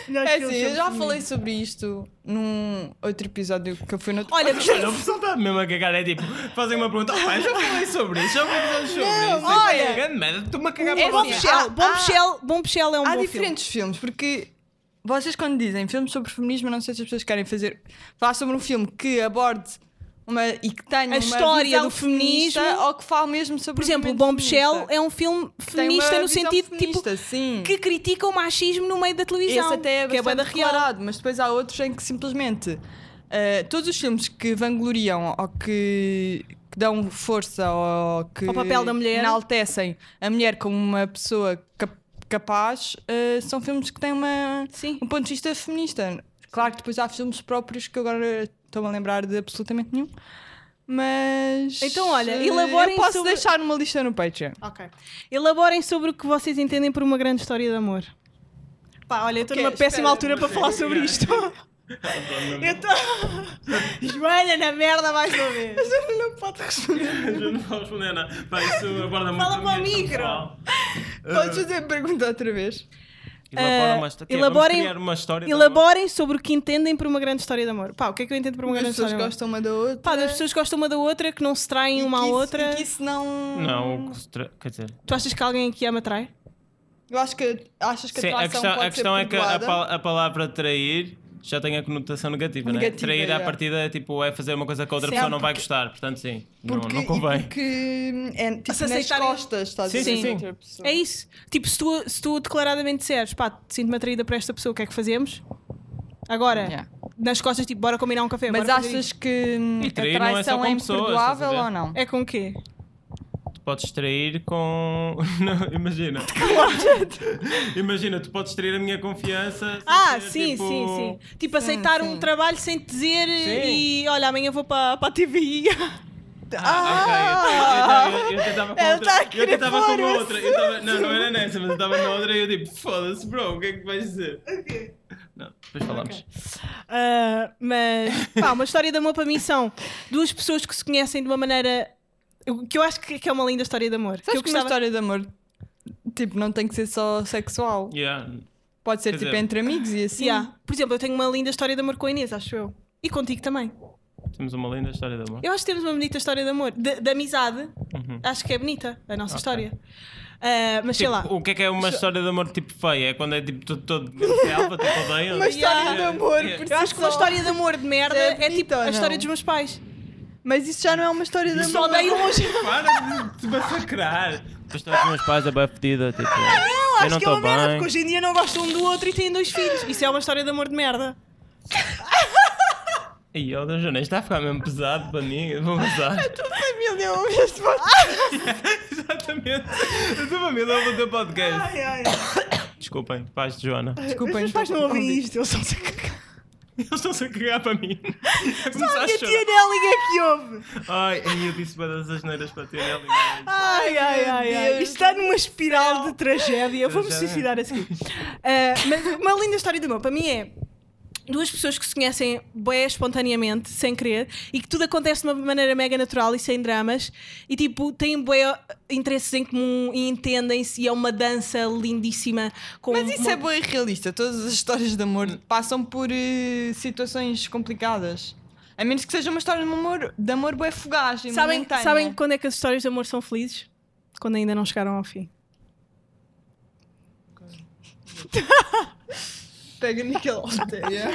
Melhores
É
filmes
assim, eu
sobre
já
feminino.
falei sobre isto num outro episódio que eu fui no.
Olha, é
Olha, o pessoal está mesmo a cagar. É tipo, fazem uma pergunta. Ah, já falei sobre isso, já falei sobre
Não,
isso.
olha.
É grande merda, estou-me a cagar
É
para
Bom
assim,
vocês.
Pichel,
há-
Bom
há-
Pichel, Bom Pichel é um
Há
bom
diferentes filmes, porque vocês quando dizem filmes sobre feminismo, eu não sei se as pessoas querem fazer falar sobre um filme que aborde uma e que tenha
A
uma
história
visão
do feminismo.
feminista ou que fale mesmo sobre
Por
o
exemplo, o
movimento
Bom Pichel
feminista.
é um filme
Que tem uma
feminista no
visão
sentido tipo
feminista, sim.
que critica o machismo no meio da televisão.
Esse até é
que é bué da
bastante
real.
declarado, mas depois há outros em que simplesmente eh, todos os filmes que vangloriam ou que, que dão força ou que
Ao papel da mulher.
enaltecem a mulher como uma pessoa cap- capaz eh, são filmes que têm uma,
Sim.
um ponto de vista feminista. Claro que depois há filmes próprios que eu agora estou-me a lembrar de absolutamente nenhum. Mas.
Então, olha,
eh,
elaborem
Eu posso
sobre-
deixar uma lista no Patreon.
Ok. Elaborem sobre o que vocês entendem por uma grande história de amor. Pá, olha, eu estou
Ok,
numa péssima
espera.
altura para falar sobre isto. eu estou. Joelha Então, na merda mais uma vez.
Não pode responder.
Eu não vou responder nada. Pá, isso aborda muito.
Fala
a
para o
minha
micro.
pessoal.
Podes fazer a pergunta outra vez.
Elabora
Ah,
uma história.
elaborem-
Elaborem, criar uma história. de amor.
Elaborem sobre o que entendem por uma grande história de amor. Pá, o que é que eu entendo por uma
As
grande
pessoas
história de amor?
gostam uma da outra.
Pá, as pessoas gostam uma da outra, que não se traem
E
uma
que
à
isso-
outra.
e que isso não.
um- Não, o que se tra- quer dizer.
Tu achas que alguém que ama trai?
Eu acho que achas que
Sim,
a
a
atração
questão,
pode
a questão
ser
é que a,
perdoada?
pal- a palavra trair já tem a conotação negativa, né?
Negativa,
Trair à
é.
partida é tipo é fazer uma coisa que a outra
Sim,
pessoa não vai
porque-
gostar, portanto sim, não,
porque,
não convém.
e Porque é tipo
Se
nas
aceitarem-
costas, estás a
Sim,
dizer
sim,
outra pessoa.
É isso. Tipo, se tu, se tu declaradamente disseres, pá, sinto-me atraída para esta pessoa, o que é que fazemos? Agora,
Yeah. Nas
nas costas, tipo, bora combinar um café.
Mas
bora fazer
achas que hum, a
trair não é só
traição é,
com pessoas,
imperdoável
estás a ver?
ou não?
isto. É com o quê?
Tu podes trair com. Não, imagina. imagina, tu podes trair a minha confiança. sem
Ah,
ser,
sim,
tipo,
sim, sim. Tipo, aceitar
é sim.
um trabalho sem te dizer
Sim.
e olha, amanhã vou para, para a TVI.
Ah, ok. Eu- Eu eu tentava com
Ela
outra.
tá a
eu
querer
tentava com
pôr o
outra. Eu tava, não, não era nessa, mas eu estava na outra e eu tipo, foda-se, bro, o que é que vais dizer? Não, depois falamos.
Ah, mas, pá, uma história de amor para mim são duas pessoas que se conhecem de uma maneira. o Que eu acho que que é uma linda história de amor.
Sabes
que
que
eu gostava...
uma história de amor tipo, não tem que ser só sexual.
Yeah.
Pode ser
Quer
tipo
dizer-
entre amigos e assim.
Yeah. Por exemplo, eu tenho uma linda história de amor com a Inês, acho eu. E contigo também.
Temos uma linda história de amor. Uhum.
Eu acho que temos uma bonita história de amor, de, de amizade. Acho que é bonita a nossa história. Ah, mas sei
Tipo,
lá.
O que é que é uma história de amor tipo feia? É quando é tipo todo, todo selva, tipo odeia?
Uma história
Yeah.
de amor,
Yeah.
por si
Eu acho que uma
só.
história de amor de merda
É
é,
bonita
tipo
ou
a
não?
história dos meus pais.
Mas isso já não é uma história de
Eu só
amor.
odeio hoje.
Para de te massacrar. A história dos meus pais é bem fedida. Tipo,
Não, acho
não
que é uma
tô
merda,
bem.
porque hoje em dia não gostam um do outro e têm dois filhos. Isso é uma história de amor de merda.
E o Dom Jonas está a ficar mesmo pesado para mim. Eu vou usar.
Família, ouviste voz?
Exatamente. Eu estou a ver o teu podcast. Desculpem, pais de Joana.
Desculpem.
Os meus pais não ouvem
ouvi.
isto, eles estão-se a cagar.
Eles estão-se a cagar para mim. A começar a
Minha tia
chorar.
Nelly é que ouve.
Ai, ai, eu disse para das asneiras para a tia Nelly.
Ai, ai, ai, ai.
Deus
Isto está numa espiral de tragédia. Eu vou-me
Tragédia.
suicidar a seguir. Ah, mas uma linda história de amor para mim é duas pessoas que se conhecem bem espontaneamente, sem querer, e que tudo acontece de uma maneira mega natural e sem dramas, e tipo, têm bué interesses em comum e entendem-se, e é uma dança lindíssima. Com
Mas isso
uma-
é bom e realista. Todas as histórias de amor passam por eh, situações complicadas. A menos que seja uma história de um amor, de amor bué fugaz e
Sabem,
momentânea.
sabem quando é que as histórias de amor são felizes? Quando ainda não chegaram ao fim.
Pega naquela aldeia.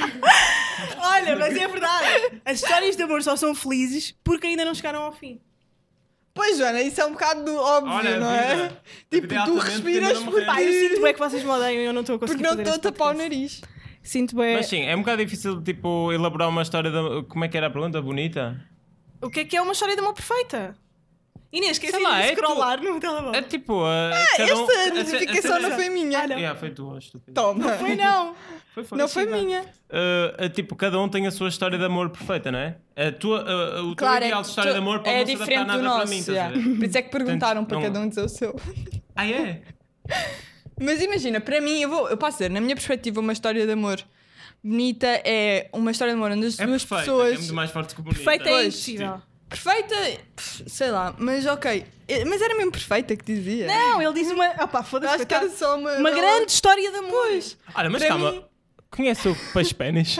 Olha, mas é verdade. As histórias de amor só são felizes porque ainda não chegaram ao fim.
pois, Joana, isso é um bocado óbvio,
Olha, a
não
vida.
é?
A
Tipo,
vida é
tu
altamente
respiras
dependente da
porque,
mulher.
Pá, eu sinto bem que vocês me odeiam e eu não estou a
porque
conseguir
não
fazer
estou a
este
tapar o
podcast.
nariz.
Sinto bem.
Mas sim, é um bocado difícil tipo, elaborar uma história de. Como é que era a pergunta? Bonita?
O que é que é uma história de amor perfeita? Inês, esqueci
Sei lá,
de
é
scrollar no
É
telemóvel.
tipo. ah, cada um-
Esta
a assim. ce- a
notificação
cena-
não foi minha.
Ah, não.
Yeah, foi tua, estúpida.
Toma.
Foi não.
Foi, foi.
Então, Não foi
Sim,
minha.
Uh, uh, tipo, cada um tem a sua história de amor perfeita, não é? A tua, uh, uh, o
Claro,
teu ideal de história de amor pode
é
não se adaptar
diferente
nada
do
para
nosso.
mim, estás a
yeah.
ver?
Por isso é que perguntaram para
não-
cada um dizer o seu.
Ah, é?
Mas imagina, para mim, eu, vou, eu posso dizer, na minha perspectiva, uma história de amor bonita é uma história de amor onde as
É
duas
perfeita, é
pessoas.
muito mais forte que bonita.
Perfeita é
Pois,
impossível.
Perfeita, pff, sei lá, mas ok. Eh, Mas era mesmo perfeita que dizia.
Não, ele diz uma. Opá, foda-se,
Acho que era
coitado.
só uma.
Uma grande história de amor.
Olha, mas
Para
calma.
mim-
Conhece o Paspenes?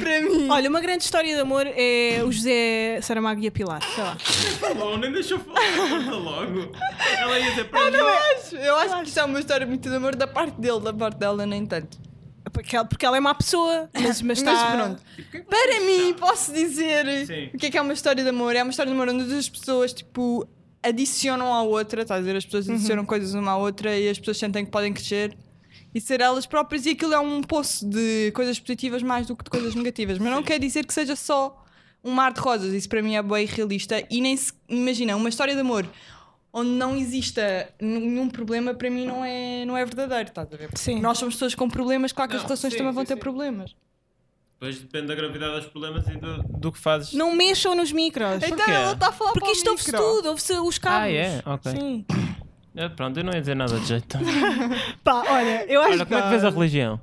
Para mim.
Olha, uma grande história de amor é o José Saramago e a Pilar. Sei lá.
Falou, nem deixou falar. Conta logo. Ela ia dizer para mim.
Eu acho, eu acho que isso é uma história muito de amor da parte dele, da parte dela, nem tanto.
Porque ela, porque ela é má pessoa, mas, mas está.
Mas pronto.
Tipo, é
Para mim, posso dizer
Sim.
o que é que é uma história de amor? É uma história de amor onde as pessoas, tipo, adicionam à outra, estás a dizer? As
Uhum.
pessoas adicionam coisas uma à outra e as pessoas sentem que podem crescer e ser elas próprias. E aquilo é um poço de coisas positivas mais do que de coisas negativas. Mas não quer dizer que seja só um mar de rosas. Isso para mim é bem realista. E nem se. Imagina, uma história de amor onde não exista nenhum problema, para mim não é, não é verdadeiro, estás a ver? Porque
Sim.
Nós somos pessoas com problemas, claro que
Não,
as relações
sim,
também
sim,
vão ter
sim.
problemas.
Depois depende da gravidade dos problemas e do, do que fazes.
Não mexam nos micros.
Então,
Então
Porquê? ela
ela
tá
está a falar
Porque isto ouve-se tudo, ouve-se os cabos.
Ah, é? Ok.
Sim.
É, pronto, eu não ia dizer nada de jeito.
Pá, olha, eu acho que.
Olha, como é que vês a religião?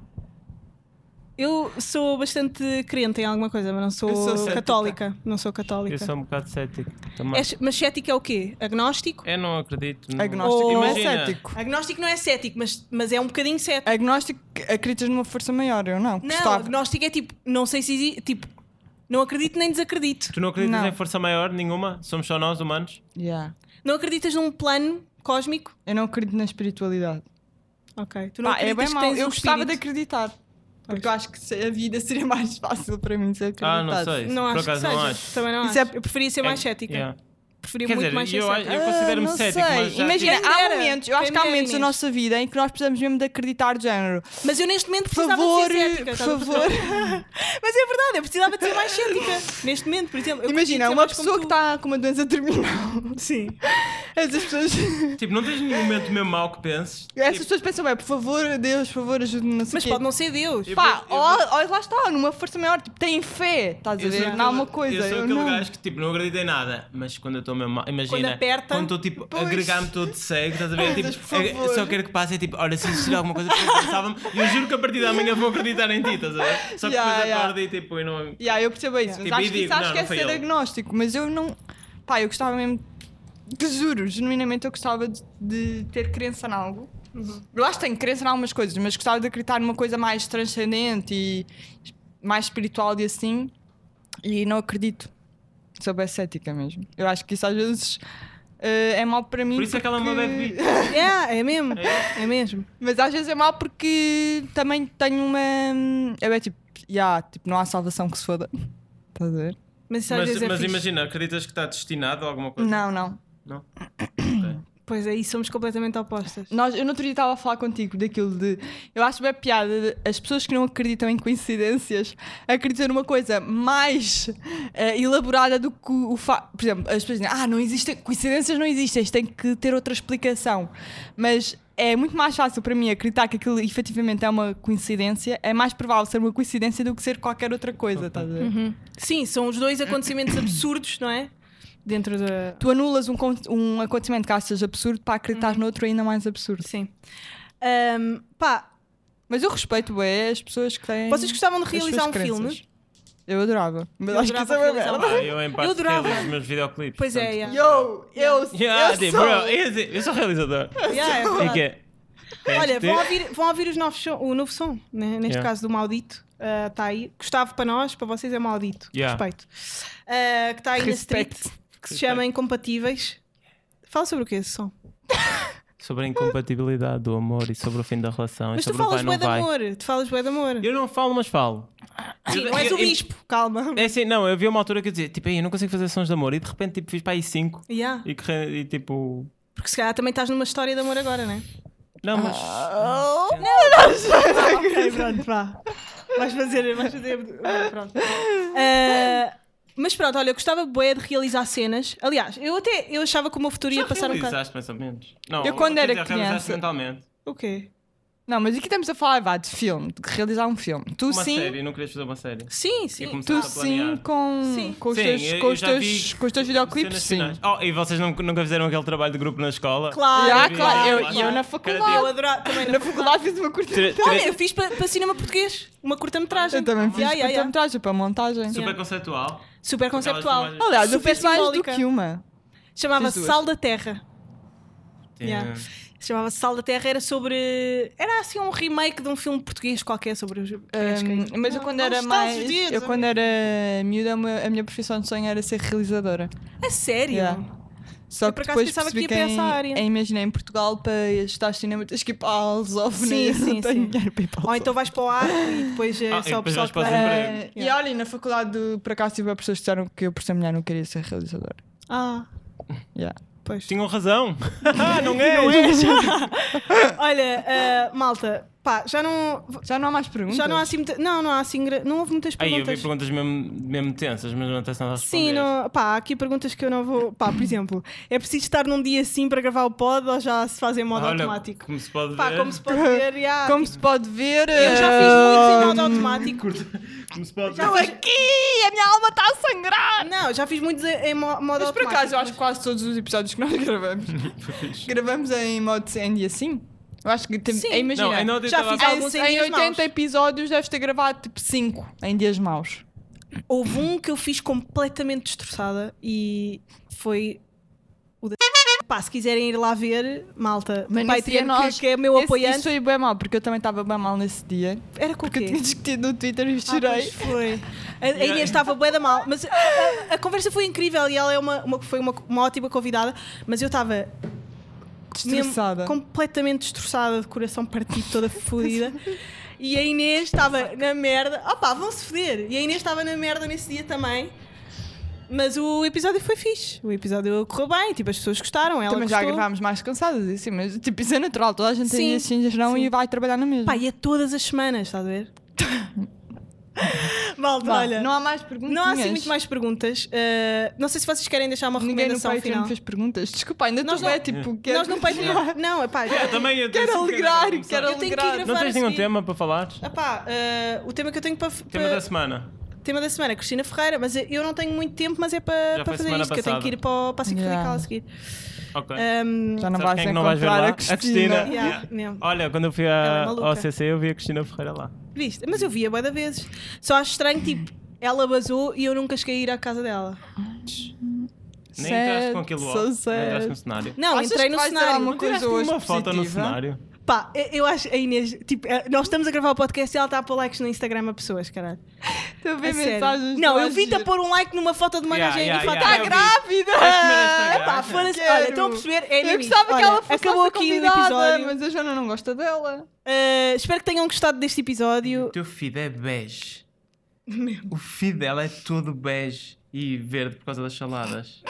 Eu sou bastante crente em alguma coisa, mas não sou,
Eu sou cética.
católica. Não sou católica.
Eu sou um bocado cético também.
És- mas cético é o quê? Agnóstico?
Eu não acredito. No...
Agnóstico não é
Tipo, Imagina.
cético.
Agnóstico não é cético, mas, mas é um bocadinho cético.
Agnóstico acreditas numa força maior, eu não.
Não,
Gostava.
agnóstico é tipo, não sei se existe. Tipo, não acredito nem desacredito.
Tu não acreditas
Não.
em força maior nenhuma? Somos só nós, humanos?
Yeah.
Não acreditas num plano cósmico?
Eu não acredito na espiritualidade.
Ok. Tu não
Pá, é
acreditas
bem
que
mau.
tens
Eu
um
gostava de
espírito?
acreditar. Porque eu acho que se- a vida seria mais fácil para mim se acreditar.
Ah, não sei.
Não
Por
acho que
acaso,
seja.
não acho.
Também não
Isso
acho.
é-
Eu preferia ser mais cética.
Yeah.
Preferia
Quer
muito
dizer,
mais ser
eu,
cética.
eu
Ah,
considero-me
não
cético,
sei.
mas já-
Imagina,
Quem me
há
dera.
momentos, eu acho
Quem
que há
me dera,
momentos na
Inês.
nossa vida em que nós precisamos mesmo de acreditar de género.
Mas eu neste momento
Por
precisava
favor,
de ser cética.
por
estás a
favor.
perceber? Mas é verdade, eu precisava de ser mais cética. Neste momento, por exemplo. eu consigo
Imagina,
ser
uma
mais como
pessoa que tá
tu.
está com uma doença terminal.
Sim.
Essas pessoas,
Tipo, não tens nenhum momento mesmo mau que penses? Tipo,
essas pessoas pensam, é, por favor, Deus, por favor, ajude-me, não sei o
Mas
quê.
pode não ser Deus.
Eu-
Pá, olha lá está, numa força maior, tipo, têm fé, estás a
Eu sou
ver?
aquele-
Não há uma coisa.
Eu sou
eu
aquele
não.
gajo que tipo, não acredito em nada, mas quando eu estou mesmo mal, imagina.
Quando aperta,
Quando estou tipo,
pois.
agregar-me todo cego, estás a ver?
Coisas,
tipo,
por favor.
eu só quero que passe é tipo, olha, se existir alguma coisa, pensava-me, e eu juro que a partir da manhã vou acreditar em ti, estás a ver? Só que
Yeah,
depois
yeah.
acorda e tipo, eu não.
Yeah, eu percebo isso,
Tipo,
mas
e
acho que
digo,
isso acho
não,
que é
não foi
ser
ele.
agnóstico, mas eu não. Pá, eu gostava mesmo. Te juro, genuinamente eu gostava de, de ter crença em algo. Eu acho que tenho crença em algumas coisas, mas gostava de acreditar numa coisa mais transcendente e mais espiritual e assim. E não acredito. Sou bem cética mesmo. Eu acho que isso às vezes eh, é mau para mim.
Por isso é que ela é uma
porque-
bad bitch.
É, é mesmo. É mesmo.
Mas às vezes é mau porque também tenho uma. É bem tipo, yeah, tipo, não há salvação que se foda. Estás a ver?
Mas isso às
Mas,
vezes é
mas
fixe.
imagina, acreditas que está destinado a alguma coisa?
Não, não.
Não?
Pois aí somos completamente opostas.
Nós, eu no outro dia estava a falar contigo daquilo de. Eu acho bem piada de- as pessoas que não acreditam em coincidências acreditam numa coisa mais eh, elaborada do que o fa- Por exemplo, as pessoas dizem, ah, não existem. Coincidências não existem, isto tem que ter outra explicação. Mas é muito mais fácil para mim acreditar que aquilo efetivamente é uma coincidência. É mais provável ser uma coincidência do que ser qualquer outra coisa, estás a ver?
Sim, são os dois acontecimentos absurdos, não é? Dentro da.
Tu anulas um, con- um acontecimento que achas absurdo para acreditar no noutro ainda mais absurdo.
Uhum. Sim. Ahm, pá,
Mas eu respeito bem as pessoas que têm.
vocês gostavam de
as
realizar um
suas crenças.
filme?
Eu adorava. Mas
Eu
acho que isso
adorava
é uma
realizar um
merda.
Ah, eu em parte
adorava.
realizo os meus videoclipes.
Pois é,
portanto.
yeah.
Yo, eu,
Yeah,
eu
dude,
sou.
bro, eu sou- eu sou realizador.
Yeah, é
E que
verdade.
é? Tens
Olha,
de
vão
ter-
ouvir, vão ouvir os novos som- o novo som, né? neste
Yeah.
caso do Maldito, está aí. Gustavo para nós, para vocês é Maldito.
Yeah.
Respeito. Ah, que está aí
Respeito.
na street, que se chama Incompatíveis. Fala sobre o que é esse som?
Sobre a incompatibilidade do amor e sobre o fim da relação
Mas
e
tu
sobre o vai
falas bué
não
de
vai.
amor, tu falas bué de amor.
Eu não falo, mas falo.
Sim,
Eu-
não és
eu-
o bispo, calma.
É assim, não, eu havia uma altura que eu dizia, tipo, "Ei, eu não consigo fazer sons de amor e de repente tipo, fiz para aí cinco
Yeah.
e, que, re- e tipo.
Porque se calhar também estás numa história de amor agora, não é?
Não, mas.
Ah, ok, pronto, vá. Vais fazer, vais fazer. vai, Pronto. Ah, mas pronto, olha, eu gostava bué de realizar cenas. Aliás, eu até eu achava que o meu futuro ia
Já
passar um bocado.
realizaste mais ou menos. Não,
Eu quando
quer
era
dizer, realizaste
criança-
mentalmente.
O quê? um-
Não, mas aqui estamos a falar vá, de filme, de realizar um filme. Tu
Uma
sim,
série, não querias fazer uma série.
Sim, sim.
tu
começaste a planear.
sim com,
Sim.
com os
Sim,
teus,
eu-
com
eu
os
já
teus,
vi
com os teus
Cenas
videoclipes, sim.
finais. Ah, Oh, e vocês nunca, nunca fizeram aquele trabalho de grupo na escola?
Claro,
Já,
claro.
claro, eu,
claro.
eu na
Eu
faculdade.
adorava também.
na faculdade fiz uma
Tre-
curta-metragem.
tre-
Olha, eu fiz para cinema português uma curta-metragem.
Eu também fiz
Yeah, yeah, yeah.
curta-metragem para montagem.
Super
Yeah.
conceitual.
Super conceptual.
filmagens-
Aliás, eu
Super
fiz mais do
simbólica.
que uma.
Chamava-se
Fiz duas.
Sal da Terra.
Tem-
Yeah. Chamava-se Sal da Terra, era sobre. Era assim um remake de um filme português qualquer sobre os.
Hum, mas eu quando era mais. eu quando era miúda, a minha- a minha profissão de sonho era ser realizadora.
A É sério?
Yeah. Só
Eu,
que
por acaso,
depois
pensava que
percebi que,
ia para
em,
essa área.
em- imaginei em Portugal para estar cinema, tens que ir para aos alveneires,
sim,
não tenho
sim.
dinheiro para ir para
Ou
Alves.
então vais para o ar e depois é
Ah,
só o
e
pessoal
depois vais
que
para os
vai-
empregos.
Eh, E olha, na faculdade, de- por acaso, tive a pessoas que disseram que eu, por ser mulher, não queria ser realizadora.
Ah,
Yeah.
pois.
Tinham razão. ah, não é?
Olha, ah, malta, pá, já não.
Já não há mais perguntas?
Já não há assim muita- Não, não há assim. gra- Não houve muitas
Aí eu
perguntas.
vi perguntas mesmo, mesmo tensas, mas não tens nada a responder.
Sim, não, pá, há aqui perguntas que eu não vou. Pá, por exemplo, é preciso estar num dia assim para gravar o pod ou já se faz em modo
Olha,
automático?
Como se pode
Pá,
ver.
como se pode ver, já,
Como Hum,
tipo,
se pode ver... eh,
eu já fiz muitos em modo automático.
Como se pode
Já
ver.
fiz-
Aqui, a minha alma está a sangrar!
Não, já fiz muitos em mo- modo
Mas por
automático.
acaso, eu acho que quase todos os episódios que nós gravamos, gravamos em modo send e assim. Eu acho que tem,
Sim.
é, imagina,
Não, ainda ontem
Já
estava a
fiz
ver-
alguns em
em
dias
80
maus.
episódios deves ter gravado tipo 5 em dias maus.
Houve um que eu fiz completamente destroçada e foi o da. Pá, se quiserem ir lá ver, malta,
Mas
o
nesse dia
Patreon,
nós-
que, que é meu
Esse-
apoiante,
Isso foi bem mal, porque eu também estava bem mal nesse dia.
era com o
Porque eu
quê?
tinha discutido no Twitter e
Ah,
chorei.
pois foi. A, a Inês estava bué da mal, mas a, a- a conversa foi incrível e ela é uma, uma- foi uma, uma ótima convidada, mas eu estava mesmo
Destroçada.
completamente destroçada, de coração partido, toda fodida. E a Inês estava na merda. Opá, vão-se foder. E a Inês estava na merda nesse dia também. Mas o episódio foi fixe. O episódio correu bem, tipo, as pessoas gostaram. Ela
Também já
gostou.
gravámos mais cansadas, assim, mas tipo, isso é natural. Toda a gente
Sim,
tem esse singeirão
sim.
e vai trabalhar na mesma.
Pá, e é todas as semanas, estás a ver? Malta,
Vá,
olha.
não há mais perguntas.
Não há assim muito mais perguntas. Uh, não sei se vocês querem deixar uma
Ninguém no
recomendação
Patreon
final.
me fez perguntas. Desculpa, ainda
Nós
tu
não-
é tipo. quero-
Nós não Patreon. Não, epá,
É, Eu
eu,
também eu
Quero
sempre
alegrar,
começar.
quero
eu tenho que ir
Não
gravar.
Não
a
tens nenhum
seguir.
tema para falar?
Epá, uh, o tema que eu tenho para. para-
Tema da semana.
tema da semana, é Cristina Ferreira, mas eu não tenho muito tempo, mas é para,
Já
para
foi
fazer
semana
isto, que eu tenho
passada.
que ir para, o- para a Ciclo
Yeah.
Radical a seguir.
Ok.
Um,
Já não
Sabes
vais
quem é que não vais ver
encontrar
lá?
a Cristina.
yeah, mesmo.
Olha, quando eu fui
Ela é
à
maluca.
ao OCC, eu vi a Cristina Ferreira lá.
Viste? Mas eu via boa da vezes. Só acho estranho, tipo, ela basou e eu nunca cheguei a ir à casa dela.
Nem
Sad,
entraste com aquilo
so
ó. Nem
sad.
entraste no cenário.
Não,
Achas
entrei
que
no
vais dar
cenário.
alguma
Não
coisa
tiraste
hoje?
Uma falta no
positiva.
cenário.
Pá, eu- eu acho, a Inês, tipo, eh, nós estamos a gravar o podcast e ela está a pôr likes no Instagram a pessoas, caralho.
Estou a
A
ver
sério.
mensagens.
Não,
do
eu vi-te a
Agir.
pôr um like numa foto de uma
Yeah,
gaja
yeah,
e
yeah,
foto.
Está
eu vi.
grávida!
Ah, Epá, foda-se.
Quero.
Olha, estão a perceber? É
Eu
inimigos.
gostava que
Olha,
ela fosse
Acabou
nossa
aqui o
convidada,
episódio.
Mas a Joana não gosta dela.
Eh, espero que tenham gostado deste episódio.
O teu feed é bege. O feed dela é todo bege e verde por causa das saladas.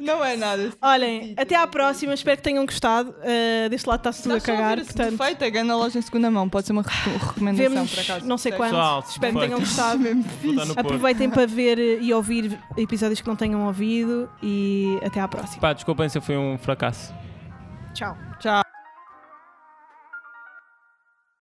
Não é nada.
Olhem, até à próxima. Espero que tenham gostado. Eh, deste lado está-se tudo a
Estás só
cagar.
ver esse
Portanto,
defeito, ganha a é loja em segunda mão. Pode ser uma reco- recomendação, por
vemos
acaso.
não sei quando.
Pessoal,
Espero que tenham
perfeito.
gostado.
Vou dar no Porto.
Aproveitem para ver eh, e ouvir episódios que não tenham ouvido. E até à próxima.
Pá, desculpem se eu fui um fracasso.
Tchau.
Tchau.